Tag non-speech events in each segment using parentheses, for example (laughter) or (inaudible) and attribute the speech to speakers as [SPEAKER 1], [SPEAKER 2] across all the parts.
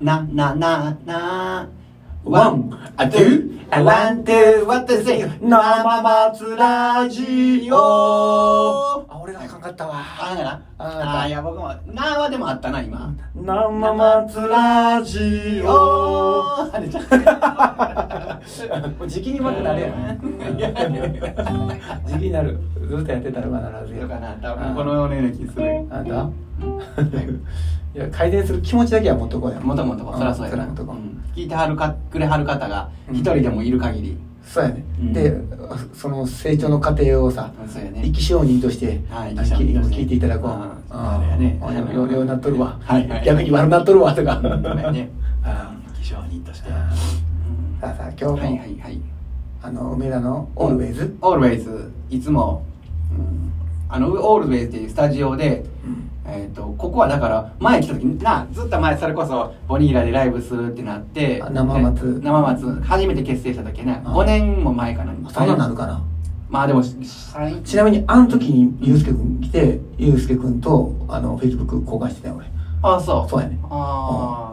[SPEAKER 1] な、な、な、な。
[SPEAKER 2] ワン、あ、ツー、
[SPEAKER 1] I want to, what to say, 生松ラジオ。
[SPEAKER 2] あ、俺があかんかったわ。
[SPEAKER 1] あ、なんかな
[SPEAKER 2] あー
[SPEAKER 1] あー、いや、僕も、なーはでもあったな、今。
[SPEAKER 2] 生松ラジオ。
[SPEAKER 1] よー。
[SPEAKER 2] もう時期にまくなるやん。時期になる。ずっとやってたら必ず
[SPEAKER 1] い
[SPEAKER 2] や
[SPEAKER 1] るかな、多分このような気する。
[SPEAKER 2] あんたいや改善する気持ちだけは持っとこうや
[SPEAKER 1] もともと
[SPEAKER 2] う
[SPEAKER 1] も
[SPEAKER 2] ん
[SPEAKER 1] そらそうやな
[SPEAKER 2] 持っとこう
[SPEAKER 1] うん聞いてはるかくれはる方が
[SPEAKER 2] うん
[SPEAKER 1] 一人でもいる限り、
[SPEAKER 2] そうやね、
[SPEAKER 1] うん
[SPEAKER 2] でその成長の過程をさ
[SPEAKER 1] そうやね
[SPEAKER 2] 生き証人として、
[SPEAKER 1] はい
[SPEAKER 2] あ聞い
[SPEAKER 1] 生き証人として
[SPEAKER 2] 聞いていただこう
[SPEAKER 1] あー
[SPEAKER 2] あー
[SPEAKER 1] あれやね
[SPEAKER 2] あよよようなっとるわ、
[SPEAKER 1] はいはい
[SPEAKER 2] 逆に悪なっとるわと
[SPEAKER 1] (laughs)
[SPEAKER 2] か、
[SPEAKER 1] ごめんね
[SPEAKER 2] あ
[SPEAKER 1] 気象人として、
[SPEAKER 2] あ
[SPEAKER 1] うん
[SPEAKER 2] ーさあさあ今
[SPEAKER 1] はい
[SPEAKER 2] 日も、
[SPEAKER 1] はいはい
[SPEAKER 2] あの梅田のオールウェイズ、
[SPEAKER 1] Always いつも、うん、あの Always っていうスタジオで
[SPEAKER 2] うん
[SPEAKER 1] えー、とここはだから前来た時なずっと前それこそボニーラでライブするってなって
[SPEAKER 2] あ生松
[SPEAKER 1] で生松初めて結成した時ね
[SPEAKER 2] あ
[SPEAKER 1] 5年も前かな
[SPEAKER 2] そんなんなるかな
[SPEAKER 1] まあでも最
[SPEAKER 2] ちなみにあの時にゆうすけくん来てゆうすけくんとあのフェイスブック交換してたよ俺
[SPEAKER 1] あそう
[SPEAKER 2] そうやね
[SPEAKER 1] ああ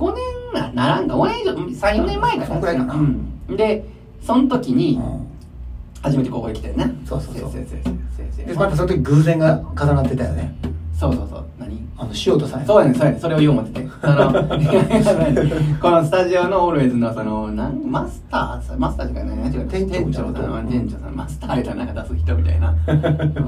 [SPEAKER 1] 5年なならんか5年以上34年前かな
[SPEAKER 2] そんくらいかな
[SPEAKER 1] うん、でその時に
[SPEAKER 2] うん
[SPEAKER 1] 初めてここへ来たよね
[SPEAKER 2] そうそうそう
[SPEAKER 1] せやせやせやせやせや
[SPEAKER 2] でまたその時偶然が重なってたよね
[SPEAKER 1] そうそうそう何
[SPEAKER 2] あの塩田さんや
[SPEAKER 1] そうやねんそうやねんそれを言おう思ってて
[SPEAKER 2] (laughs)
[SPEAKER 1] そのこのスタジオのオールウェイズのそのなんマスターマスターじゃない違う
[SPEAKER 2] 店長
[SPEAKER 1] 店長
[SPEAKER 2] ちょっ
[SPEAKER 1] さ
[SPEAKER 2] と
[SPEAKER 1] ん店長さんマスターみたいななんか出す人みたいなそ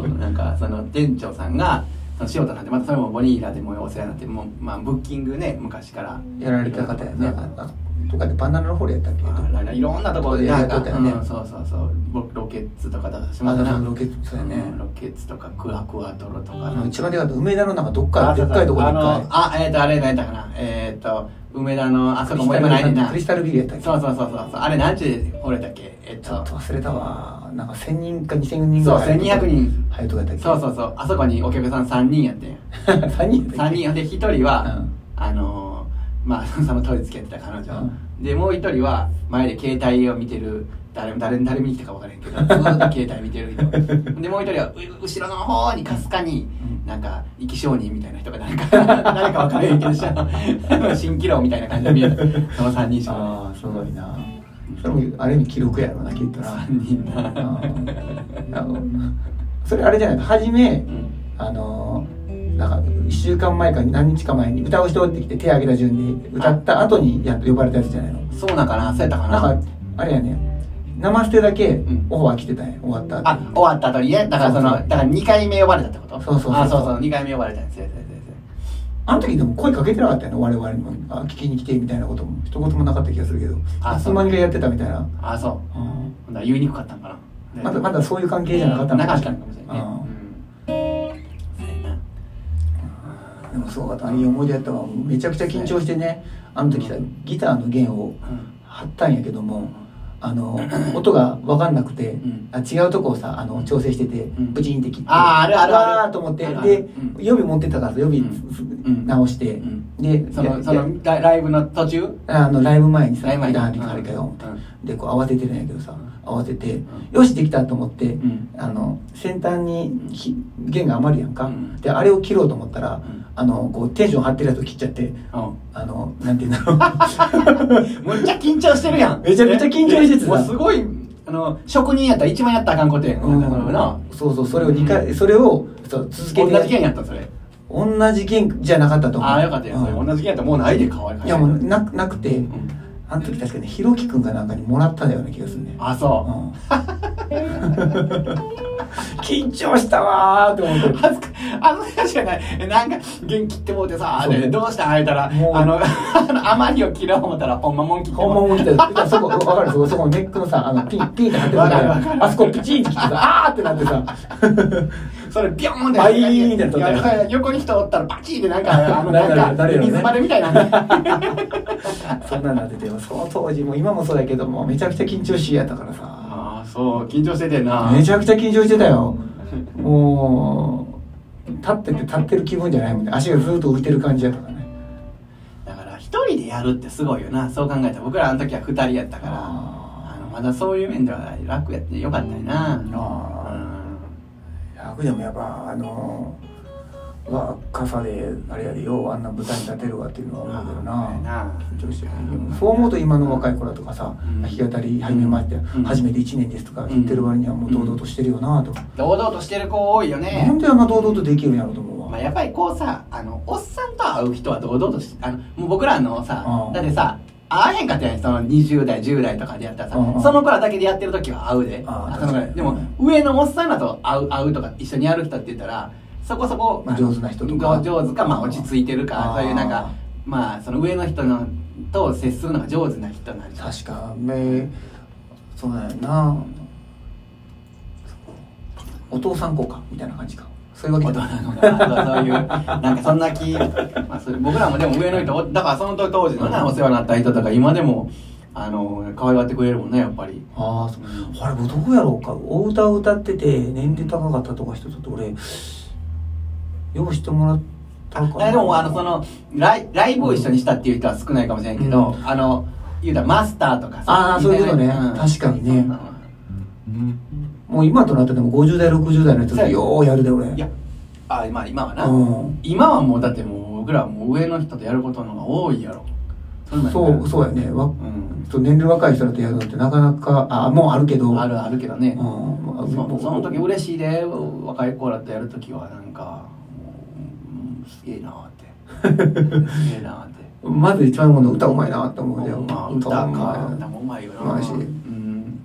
[SPEAKER 1] うなんかその店長さんがその塩田さんってまたそれもボニーラでもお世話になってもう、まあ、ブッキングね昔から
[SPEAKER 2] やられてた方やね
[SPEAKER 1] う
[SPEAKER 2] あ
[SPEAKER 1] ん
[SPEAKER 2] あとかでバナナの方でやったっけど
[SPEAKER 1] まあいろんなところでなんか、
[SPEAKER 2] やっとったよね
[SPEAKER 1] うんそうそうそうロロケッツとか出させてもらった
[SPEAKER 2] あ
[SPEAKER 1] な
[SPEAKER 2] ロケッツだよね
[SPEAKER 1] うんロケッツとかクワクワトロとかな
[SPEAKER 2] あの
[SPEAKER 1] ん
[SPEAKER 2] 一
[SPEAKER 1] か
[SPEAKER 2] 番でかった梅田のなんかどっかでっかいとこで
[SPEAKER 1] あ
[SPEAKER 2] っか
[SPEAKER 1] の
[SPEAKER 2] い
[SPEAKER 1] あえっ、とあれ何だったかなえっ、と梅田のあそこもう今ないねんな
[SPEAKER 2] クリスタルビルやったっけ
[SPEAKER 1] そうそうそうそうあれ何時掘れたっけえっ、
[SPEAKER 2] ちょ
[SPEAKER 1] と
[SPEAKER 2] っと忘れたわなんか1000人か2000人ぐ
[SPEAKER 1] そう
[SPEAKER 2] らい
[SPEAKER 1] 1200人
[SPEAKER 2] 入るとこやったっけ
[SPEAKER 1] そうそうそうあそこにお客さん3人やってんや
[SPEAKER 2] (laughs) 3人やったっ
[SPEAKER 1] 3
[SPEAKER 2] け
[SPEAKER 1] 人で1人は、
[SPEAKER 2] うん
[SPEAKER 1] あのーまあその当時付き合ってた彼女、
[SPEAKER 2] う
[SPEAKER 1] でもう1人は前で携帯を見てる誰も誰誰見に来たか分からへんけどずーっと携帯見てる
[SPEAKER 2] (laughs)
[SPEAKER 1] 人でもう1人はう後ろの方にかすかに、
[SPEAKER 2] うん
[SPEAKER 1] なんか生き証人みたいな人が誰か (laughs) 誰か分からへんけどし
[SPEAKER 2] (laughs)
[SPEAKER 1] 蜃気楼みたいな感じで見えたその3人しかない
[SPEAKER 2] ああすごいなそれもあれに記録やろうなきっとな
[SPEAKER 1] 3人な
[SPEAKER 2] あーあのそれあれじゃない初め
[SPEAKER 1] うん
[SPEAKER 2] あのーなんか1週間前か何日か前に歌をしておってきて手挙げた順に歌った後にや呼ばれたやつじゃないの
[SPEAKER 1] そうなんかなそうやったかな
[SPEAKER 2] なんかあれやね「生捨て」だけ
[SPEAKER 1] ん
[SPEAKER 2] オファー来てたんや終わった後
[SPEAKER 1] あ、終わった後にね。だからその、
[SPEAKER 2] そうそう
[SPEAKER 1] だから2回目呼ばれたってこと
[SPEAKER 2] そうそうそう
[SPEAKER 1] あ、そうそう、2回目呼ばれたんですよ。そうそうそう
[SPEAKER 2] あの時でも声かけてなかったよね我々にもあ聞きに来てみたいなことも一言もなかった気がするけど
[SPEAKER 1] あ
[SPEAKER 2] いつの間にかやってたみたいな
[SPEAKER 1] あ、そう。
[SPEAKER 2] うん
[SPEAKER 1] ほんなら言いにくかったんかな。
[SPEAKER 2] まだまだそういう関係じゃなかったの
[SPEAKER 1] なかったんかもしれないね。うん
[SPEAKER 2] うんでもすごかったいい思い出やったわめちゃくちゃ緊張してねあの時さギターの弦を貼ったんやけどもあ
[SPEAKER 1] (clears throat)
[SPEAKER 2] の音が分かんなくて、
[SPEAKER 1] ん
[SPEAKER 2] あ違うとこをさあの調整してて、
[SPEAKER 1] ん
[SPEAKER 2] ブチンって切って
[SPEAKER 1] あーあるあるある
[SPEAKER 2] わーと思って
[SPEAKER 1] あるある
[SPEAKER 2] で、
[SPEAKER 1] うん
[SPEAKER 2] 予備持ってたからさ予備、
[SPEAKER 1] うん
[SPEAKER 2] す
[SPEAKER 1] ん
[SPEAKER 2] 直して、
[SPEAKER 1] うん
[SPEAKER 2] で
[SPEAKER 1] そ
[SPEAKER 2] で
[SPEAKER 1] の、その、ラライブの途中
[SPEAKER 2] あのライブ前にさ
[SPEAKER 1] ライブ前に
[SPEAKER 2] ギターに借りたよ、
[SPEAKER 1] うんうん
[SPEAKER 2] でこう慌ててるんやけどさ慌てて、
[SPEAKER 1] ん
[SPEAKER 2] よしできたと思って、
[SPEAKER 1] ん
[SPEAKER 2] あの先端にひ弦が余るやんか、
[SPEAKER 1] うん
[SPEAKER 2] であれを切ろうと思ったら、
[SPEAKER 1] ん
[SPEAKER 2] あのこうテンション張ってるやつを切っちゃって
[SPEAKER 1] うん。
[SPEAKER 2] あのなんていうんだ
[SPEAKER 1] (laughs)
[SPEAKER 2] ろう
[SPEAKER 1] むっちゃ緊張してるやん。
[SPEAKER 2] めちゃめちゃ緊張してた
[SPEAKER 1] もうすごい、あの、職人やったら一番やったらあかんことやん。
[SPEAKER 2] うん
[SPEAKER 1] だからな。
[SPEAKER 2] そうそうそれを二回、それをそう続けて
[SPEAKER 1] 同じ件やったんそれ。
[SPEAKER 2] 同じ件じゃなかったと思う
[SPEAKER 1] ああ、よかったよ。それ
[SPEAKER 2] うん
[SPEAKER 1] 同じ件やったらもうないで、かわい
[SPEAKER 2] いやもうななくて、あの時確かにひろきくんがなんかにもらったような気がするね
[SPEAKER 1] あ、そう。
[SPEAKER 2] うん (laughs) 緊張したわーと思って
[SPEAKER 1] 恥ずか、恥ずかしくない。えなんか、元気ってもうてさ、
[SPEAKER 2] そう
[SPEAKER 1] でどうしたんあえたら、あ
[SPEAKER 2] もう
[SPEAKER 1] の、 (laughs) あの、余りを切ろう思ったら、ほんまもん切って
[SPEAKER 2] 本
[SPEAKER 1] も
[SPEAKER 2] 物も来てるそこ分かるそこそこのネックのさあのピンピンって貼ってる
[SPEAKER 1] わ
[SPEAKER 2] か
[SPEAKER 1] かるわかる
[SPEAKER 2] らあそこピチンって来てさあーってなってさ
[SPEAKER 1] それ、ビョーンって。
[SPEAKER 2] バイーンってなったんだよ
[SPEAKER 1] いやそれ横に人おったら、バチーンってなんか、あの、
[SPEAKER 2] なる
[SPEAKER 1] なんか、
[SPEAKER 2] なるよね
[SPEAKER 1] 水バレみたい
[SPEAKER 2] (laughs)
[SPEAKER 1] な。
[SPEAKER 2] そんなんなっててその当時も今もそうだけどもめちゃくちゃ緊張しいやったからさ
[SPEAKER 1] ああ、そう、緊張しててんな。
[SPEAKER 2] めちゃくちゃ緊張してたよもう立ってて立ってる気分じゃないもんね足がずっと浮いてる感じやったからね
[SPEAKER 1] だから、一人でやるってすごいよな。そう考えたら、僕らあの時は二人やったから、
[SPEAKER 2] あ
[SPEAKER 1] あの、まだそういう面では楽やってよかったよな。
[SPEAKER 2] あ
[SPEAKER 1] うん
[SPEAKER 2] あでもやっぱあの若さであれやでようあんな舞台に立てるわっていうのは思うけどな
[SPEAKER 1] な
[SPEAKER 2] 緊張してるそう思うと今の若い子らとかさ
[SPEAKER 1] うん
[SPEAKER 2] 弾き語り始めまして
[SPEAKER 1] うん
[SPEAKER 2] 初めて1年ですとか言ってる割にはもう堂々としてるよなと
[SPEAKER 1] 堂々としてる子多いよ
[SPEAKER 2] な
[SPEAKER 1] ね
[SPEAKER 2] んであんな堂々とできるんやろうと思う
[SPEAKER 1] まあ、
[SPEAKER 2] わ
[SPEAKER 1] やっぱりこうさあのおっさんと会う人は堂々としあのもう僕らのさ
[SPEAKER 2] うん
[SPEAKER 1] だってさ会わへんかったやんその20代10代とかでやったらさ
[SPEAKER 2] うん
[SPEAKER 1] その子らだけでやってる時は会うで
[SPEAKER 2] あー
[SPEAKER 1] あその子ら
[SPEAKER 2] 確かに
[SPEAKER 1] でも上のおっさんらと会う会うとか一緒にやる人って言ったらそこそこ、
[SPEAKER 2] まあ上手な人とか
[SPEAKER 1] 上手か、まあ、落ち着いてるか
[SPEAKER 2] あー
[SPEAKER 1] そういうなんかまあその上の人のと接するのが上手な人なんじゃん
[SPEAKER 2] 確かめそうだよなお父さん子かみたいな感じかそういうわけ
[SPEAKER 1] 大
[SPEAKER 2] じ
[SPEAKER 1] 人
[SPEAKER 2] ゃない
[SPEAKER 1] のなそういうなんかそんな気、まあ、それ僕らもでも上の人おだからその当当時のなお世話になった人とか今でもあの可愛がってくれるもんねやっぱり
[SPEAKER 2] ああそうあれ僕どうやろうかお歌を歌ってて年齢高かったとか人とって俺用意してもらったかな
[SPEAKER 1] えでもあのそのライライブを一緒にしたっていう人は少ないかもしれんけど、
[SPEAKER 2] う
[SPEAKER 1] あの言うたらマスターとか
[SPEAKER 2] ああそういうことね、
[SPEAKER 1] ん
[SPEAKER 2] 確かに
[SPEAKER 1] う
[SPEAKER 2] ね、
[SPEAKER 1] ん
[SPEAKER 2] もう今となってでも50代60代の
[SPEAKER 1] そ
[SPEAKER 2] 人
[SPEAKER 1] う
[SPEAKER 2] で
[SPEAKER 1] や
[SPEAKER 2] ようやるで俺
[SPEAKER 1] いやあまあ今はな、
[SPEAKER 2] うん
[SPEAKER 1] 今はもうだってもう僕らはもう上の人とやることの方が多いやろそんなんやな
[SPEAKER 2] そうそうやねわ
[SPEAKER 1] うん
[SPEAKER 2] そう年齢若い人だとやるのってなかなかあもうあるけど
[SPEAKER 1] あるあるけどね、
[SPEAKER 2] うんまあ
[SPEAKER 1] そ
[SPEAKER 2] もう
[SPEAKER 1] その時嬉しいで若い子らとやる時はなんかもう、うんすげえなーってすげえなーって
[SPEAKER 2] まず一番もの歌うまいなって思うで、
[SPEAKER 1] まあ歌
[SPEAKER 2] 歌う
[SPEAKER 1] か歌
[SPEAKER 2] ま
[SPEAKER 1] もうまいよな
[SPEAKER 2] うまいし
[SPEAKER 1] うん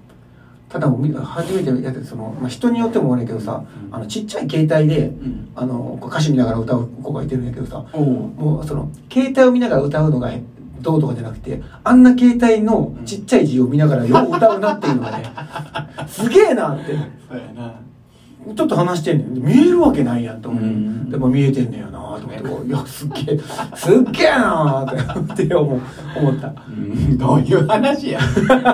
[SPEAKER 2] いただみんな初めてやってその、まあ、人によっても悪いけどさ、
[SPEAKER 1] うん
[SPEAKER 2] あのちっちゃい携帯で
[SPEAKER 1] うん
[SPEAKER 2] あのこう歌詞見ながら歌う子がいてるんやけどさ
[SPEAKER 1] おう
[SPEAKER 2] もうその携帯を見ながら歌うのがどうとかじゃなくてあんな携帯のちっちゃい字を見ながらよう歌うなっていうの
[SPEAKER 1] (laughs)
[SPEAKER 2] がねすげえなって
[SPEAKER 1] そうやな
[SPEAKER 2] ちょっと話してんねん見えるわけないやんと思う、
[SPEAKER 1] うん
[SPEAKER 2] でも見えてんねんよなと思ってこういやすっげえすっげえなーって思う思った。
[SPEAKER 1] うんどういう話やどういう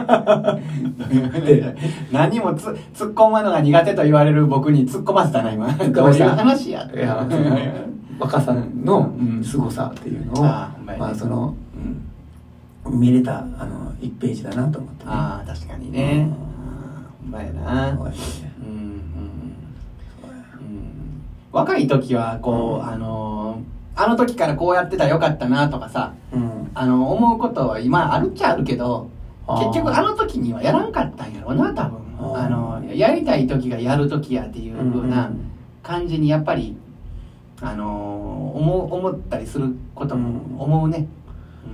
[SPEAKER 1] 話や何もつ突っ込まのが苦手と言われる僕に突っ込ませたな今どういう話や
[SPEAKER 2] いやその若さの
[SPEAKER 1] うん
[SPEAKER 2] 凄さっていうのを、
[SPEAKER 1] あーほんまやね
[SPEAKER 2] まあその
[SPEAKER 1] うん
[SPEAKER 2] 見れたあの1ページだなと思って、ね、
[SPEAKER 1] ああ確かにねあーほんまやな
[SPEAKER 2] そうやね
[SPEAKER 1] うんうんうん若い時はこう、あのーあの時からこうやってたらよかったなとかさ
[SPEAKER 2] うん
[SPEAKER 1] あの思うことは今あるっちゃあるけど
[SPEAKER 2] あー
[SPEAKER 1] 結局あの時にはやらんかったんやろうな多分
[SPEAKER 2] あー
[SPEAKER 1] あのやりたい時がやる時やっていううんふうな感じにやっぱり、あのー思う思ったりすることも思うね、ん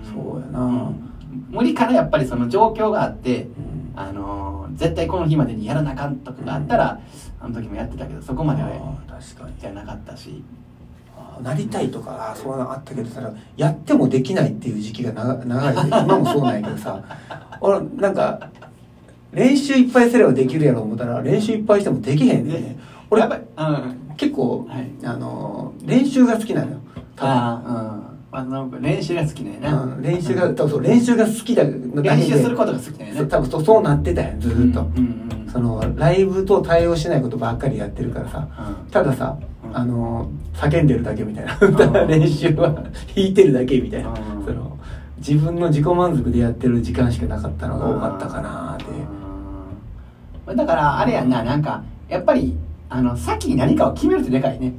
[SPEAKER 2] そうやな、
[SPEAKER 1] ん無理からやっぱりその状況があって
[SPEAKER 2] うん
[SPEAKER 1] あのー絶対この日までにやらなあかんとかがあったら、あの時もやってたけどそこまでは
[SPEAKER 2] あー確かに
[SPEAKER 1] じゃなかったし
[SPEAKER 2] あーなりたいとかあーそういうのあったけどさやってもできないっていう時期が長長いで今もそうなんやけどさ (laughs) 俺なんか練習いっぱいすればできるやろ思ったら練習いっぱいしてもできへんねんね俺
[SPEAKER 1] やっぱり、うん、
[SPEAKER 2] 結構、
[SPEAKER 1] はい
[SPEAKER 2] あのー練習が好きなのよ多分
[SPEAKER 1] ああうん、まあ、なんか練習が好きなんやな、
[SPEAKER 2] うん練習が多分そう練習が好きだのだけ
[SPEAKER 1] 練
[SPEAKER 2] で
[SPEAKER 1] 習することが好きなんやね
[SPEAKER 2] そう多分そうそうなってたやんずーっと、
[SPEAKER 1] うんうんうん
[SPEAKER 2] そのライブと対応しないことばっかりやってるからさ
[SPEAKER 1] うん
[SPEAKER 2] たださ、
[SPEAKER 1] うん
[SPEAKER 2] あの叫んでるだ (laughs) けみたいな
[SPEAKER 1] ん
[SPEAKER 2] 練習は弾いてるだけみたいな、
[SPEAKER 1] うん
[SPEAKER 2] その自分の自己満足でやってる時間しかなかったのが多かったかなーって、
[SPEAKER 1] うんだからあれやんななんかやっぱりあの先に何かを決めるってでかいね、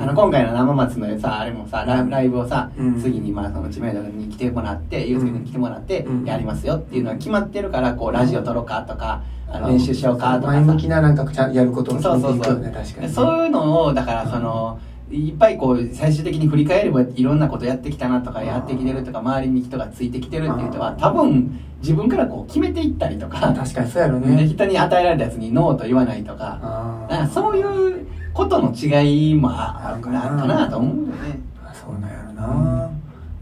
[SPEAKER 1] あの今回の生松のさあれもさライブライブをさ、
[SPEAKER 2] うん
[SPEAKER 1] 次にまあその知名度に来てもらって優先に来てもらって
[SPEAKER 2] うん
[SPEAKER 1] やりますよっていうのは決まってるからこうラジオ撮ろうかとか、あの
[SPEAKER 2] あの
[SPEAKER 1] 練習しようかとかさ
[SPEAKER 2] 前向きななんかちゃんやることを
[SPEAKER 1] そう
[SPEAKER 2] 決
[SPEAKER 1] そ
[SPEAKER 2] めていうく
[SPEAKER 1] そ
[SPEAKER 2] よ
[SPEAKER 1] う、
[SPEAKER 2] ね確かにね
[SPEAKER 1] そういうのをだからその、いっぱいこう最終的に振り返ればいろんなことやってきたなとか
[SPEAKER 2] うん
[SPEAKER 1] やってきてるとか周りに人がついてきてるっていう人
[SPEAKER 2] う
[SPEAKER 1] は
[SPEAKER 2] ん
[SPEAKER 1] 多分自分からこう決めていったりとか、
[SPEAKER 2] 確かにそうやろ
[SPEAKER 1] で
[SPEAKER 2] ね
[SPEAKER 1] 人に与えられたやつにノーと言わないとか,、
[SPEAKER 2] あー
[SPEAKER 1] なんかそういうことの違いもあ
[SPEAKER 2] あ
[SPEAKER 1] あ
[SPEAKER 2] る
[SPEAKER 1] る
[SPEAKER 2] か
[SPEAKER 1] か
[SPEAKER 2] な
[SPEAKER 1] なかなと思うよね。
[SPEAKER 2] そうなんやろな、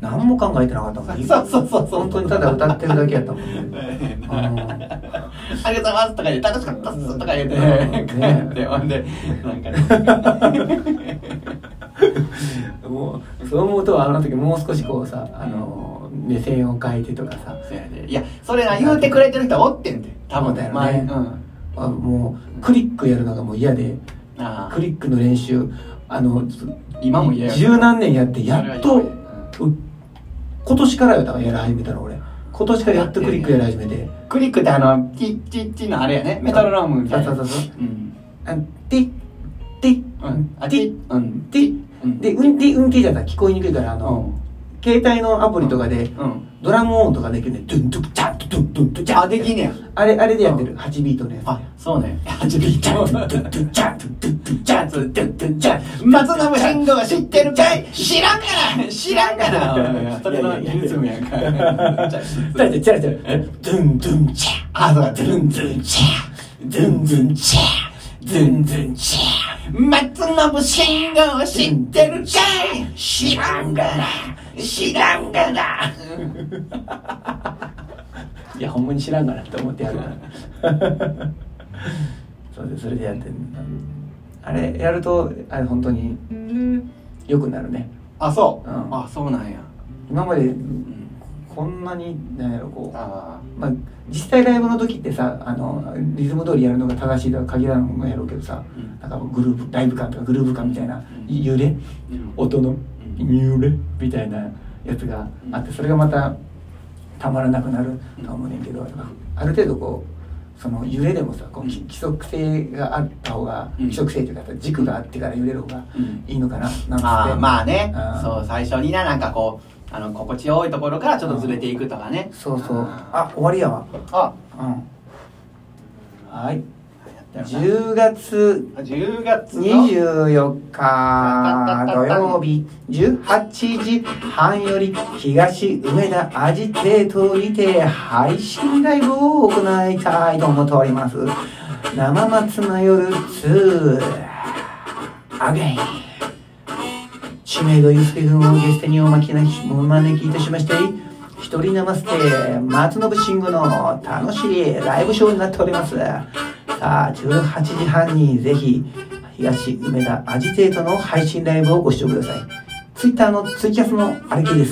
[SPEAKER 2] 何も考えてなかったもん
[SPEAKER 1] そうそうそうそう
[SPEAKER 2] 本当にただ歌ってるだけやったもん
[SPEAKER 1] (laughs)
[SPEAKER 2] ね
[SPEAKER 1] ありがとうございますとか言って楽しかったっすとか言って、
[SPEAKER 2] うんね
[SPEAKER 1] でほんでなんかね
[SPEAKER 2] もうそう思うとあの時もう少しこうさあの目線を変えてとかさ
[SPEAKER 1] そうやでいやそれな言うてくれてる人おってんで多分
[SPEAKER 2] そうだよね
[SPEAKER 1] 前うん
[SPEAKER 2] あもうクリックやるのがもう嫌で
[SPEAKER 1] ああ
[SPEAKER 2] クリックの練習あの
[SPEAKER 1] 今も嫌や
[SPEAKER 2] 十何年やってやっと
[SPEAKER 1] それは
[SPEAKER 2] う今年からよだからやり始めたの俺今年からやっとクリックやり始めて
[SPEAKER 1] クリックってあのチッチッチのあれやねメトロノームみたいな
[SPEAKER 2] そうそうそうそう
[SPEAKER 1] うん
[SPEAKER 2] あティッティッ
[SPEAKER 1] うんあ
[SPEAKER 2] ティッ
[SPEAKER 1] チッうん
[SPEAKER 2] ティッ
[SPEAKER 1] うん
[SPEAKER 2] で、運転、運転じゃったら聞こえにくいから、あの、携帯のアプリとかで、
[SPEAKER 1] うん
[SPEAKER 2] ドラム音とかできるね。ドゥンドゥクチャンドゥンドゥンドゥチャン
[SPEAKER 1] あできんねや
[SPEAKER 2] あれ、あれでやって
[SPEAKER 1] う
[SPEAKER 2] る。8ビートのやつ。
[SPEAKER 1] あそうね (laughs)
[SPEAKER 2] 8ビート。ドゥンド (laughs) ゥンドゥンチャンドゥンドゥンドゥンチャンドゥンドゥンドゥンチャン。
[SPEAKER 1] 松信慎吾は知ってるかい知らんから知らんからそれのリズムやんか
[SPEAKER 2] (laughs) だって、チャラチャラ。ドゥンドゥンチャン。
[SPEAKER 1] あそうだ
[SPEAKER 2] ドゥンドゥンチャン。ドゥンドゥンチャン。ドゥンドゥンチャン。
[SPEAKER 1] 松信慎吾は知ってるかい知らんから知らんから
[SPEAKER 2] いやほんまに知らんかなって思ってやるからそうですそれでやってるあれやるとあれ本当に良くなるね
[SPEAKER 1] あ (laughs) そう
[SPEAKER 2] うん
[SPEAKER 1] あそうなんや
[SPEAKER 2] 今まで
[SPEAKER 1] うん
[SPEAKER 2] こんなになんやろこう
[SPEAKER 1] あ
[SPEAKER 2] まあ実際ライブの時ってさあのリズム通りやるのが正しいとは限らんのやろうけどさ、
[SPEAKER 1] うん
[SPEAKER 2] なんかグループライブ感とかグルーヴ感みたいな
[SPEAKER 1] うん
[SPEAKER 2] 揺れ
[SPEAKER 1] ーうん
[SPEAKER 2] 音の
[SPEAKER 1] うん
[SPEAKER 2] 揺れみたいなやつがあってそれがまたたまらなくなると思うねんけどある程度こうその揺れでもさこうき
[SPEAKER 1] うん
[SPEAKER 2] 規則性があった方が
[SPEAKER 1] うん
[SPEAKER 2] 規則性というかさ軸があってから揺れる方が
[SPEAKER 1] うん
[SPEAKER 2] いいのかななんつっ
[SPEAKER 1] あー
[SPEAKER 2] て
[SPEAKER 1] まあね
[SPEAKER 2] ん
[SPEAKER 1] そう最初にななんかこうあの心地よいところからちょっとずれていくとかね
[SPEAKER 2] そうそう
[SPEAKER 1] あ
[SPEAKER 2] あ終わりやわ
[SPEAKER 1] あ
[SPEAKER 2] うんはい
[SPEAKER 1] やったよな
[SPEAKER 2] 10月
[SPEAKER 1] 10月の
[SPEAKER 2] 24日土曜日18時半より東梅田アジテートにて配信ライブを行いたいと思っております生松の夜2アゲイン知名度ゆすけ君をゲストにおまきなお招きいたしまして一人生ステ松信慎吾の楽しいライブショーになっておりますさあ18時半にぜひ東梅田アジテートの配信ライブをご視聴ください Twitter のツイキャスのあれ系です